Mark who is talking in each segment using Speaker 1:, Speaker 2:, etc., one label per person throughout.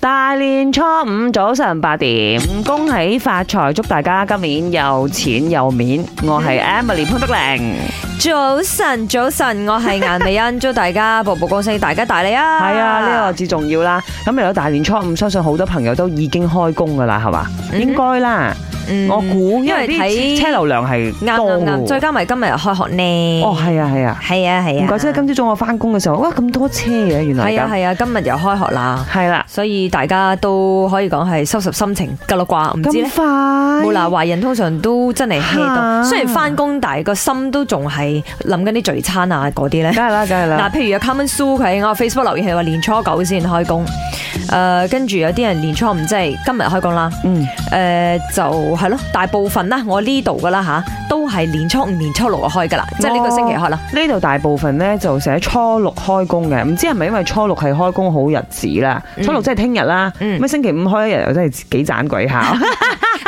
Speaker 1: 大年初五早晨八點，恭喜發財，祝大家今年有錢有面。我係 Emily 潘碧玲，
Speaker 2: 早晨，早晨，我係顏美欣，祝大家步步高升，大家大利啊！
Speaker 1: 係啊，呢個至重要啦。咁嚟到大年初五，相信好多朋友都已經開工噶啦，係嘛？
Speaker 2: 嗯
Speaker 1: 應該啦，
Speaker 2: 嗯
Speaker 1: 我估因為
Speaker 2: 因為
Speaker 1: 啲
Speaker 2: 睇
Speaker 1: 車流量係
Speaker 2: 啱啱啱，
Speaker 1: 多
Speaker 2: 再。加埋今日又開學呢。
Speaker 1: 哦，係啊，係啊，
Speaker 2: 係啊，係啊，
Speaker 1: 唔怪之得今朝早我翻工嘅時候，哇咁多車嘅，原來
Speaker 2: 係啊，
Speaker 1: 咁
Speaker 2: 係啊，今日又開學啦，
Speaker 1: 係啊啦，
Speaker 2: 所以大家都可以講係收拾心情㗎啦啩，唔知
Speaker 1: 咁
Speaker 2: 咧。
Speaker 1: 快
Speaker 2: 冇啦，華人通常都真係 hea
Speaker 1: 嚇
Speaker 2: 到，雖然翻工，但係個心都仲係諗緊啲聚餐啊嗰啲咧。
Speaker 1: 梗係啦，梗係
Speaker 2: 嗱，
Speaker 1: 啦，
Speaker 2: 譬如有 Common Sue 佢喺我 Facebook 留言，佢話年初九先開工，誒、跟住有啲人年初五即係今日開工啦，
Speaker 1: 嗯，
Speaker 2: 誒、呃就係咯，大部分啦，我呢度噶啦吓，都係年初五、年初六就啊開噶啦，即係呢個星期開啦。
Speaker 1: 呢度大部分咧就寫初六開工嘅，唔知係咪因為初六係開工好日子啦，
Speaker 2: 嗯
Speaker 1: 初六即係聽日啦，
Speaker 2: 嗯
Speaker 1: 咩星期五開一日又真係幾盞鬼下，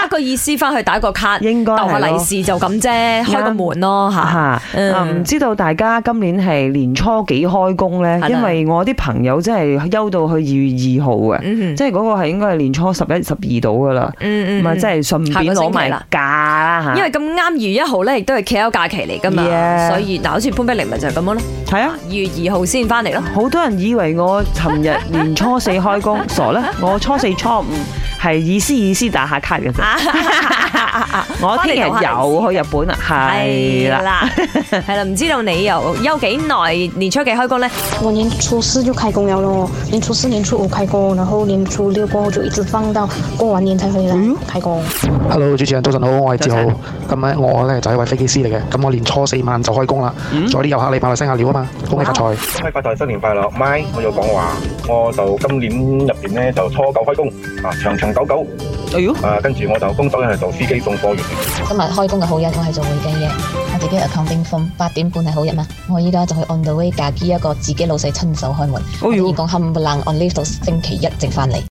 Speaker 2: 一個意思翻去打個卡，
Speaker 1: 應該
Speaker 2: 逗下
Speaker 1: 係
Speaker 2: 利
Speaker 1: 咯。
Speaker 2: 是就咁啫，開個門咯吓。
Speaker 1: 嚇
Speaker 2: 嗯
Speaker 1: 啊唔知道大家今年係年初幾開工呢
Speaker 2: 係？啦
Speaker 1: 因為我啲朋友真係休到去二月二號嘅，
Speaker 2: 嗯
Speaker 1: 即係嗰個係應該係年初十一、十二到噶啦，
Speaker 2: 嗯嗯，
Speaker 1: 咪即啊係順便攞埋
Speaker 2: 下個星期啦
Speaker 1: 假啦嚇。
Speaker 2: 因為咁啱二月一號咧，亦都係 K L 假期嚟噶嘛
Speaker 1: Yeah
Speaker 2: 所以嗱，好似潘碧玲咪就係咁樣咯，
Speaker 1: 係啊。
Speaker 2: 二月二號先翻嚟咯。
Speaker 1: 好多人以為我尋日年初四開工， 傻啦！我初四初五係意思意思打下卡嘅啫。 我聽日又去日本啦，係
Speaker 2: 係
Speaker 1: 啦。
Speaker 2: 啦，係啦，唔知道你又休幾耐，年初幾開工咧？
Speaker 3: 我年初四就开工了咯，年初四、年初五开工，然后年初六过后就一直放到过完年才回来开工。
Speaker 4: Hello，主持人早晨好，我係志豪
Speaker 1: 早晨。
Speaker 4: 咁咧，我咧就係一位飛機師嚟嘅。咁我年初四晚就開工啦，
Speaker 1: 嗯
Speaker 4: 再啲遊客嚟馬來西亞料啊嘛，恭喜發財！
Speaker 5: 恭喜發財，新年快樂，My，我要講話，我就今年入邊咧就初九開工，啊長長久久，
Speaker 1: 哎呦，
Speaker 5: 啊跟住我就工作咧係做司機送貨員。
Speaker 6: 今日開工嘅好日，我係做會計嘅，我自己係 accounting firm，八點半係好日嘛。我依家就去 on the way 嫁 key 一個自己老細親手開門，
Speaker 1: 哎
Speaker 6: 可以
Speaker 1: 呦。
Speaker 6: 講冚唪唥 on leave 到星期一正返嚟。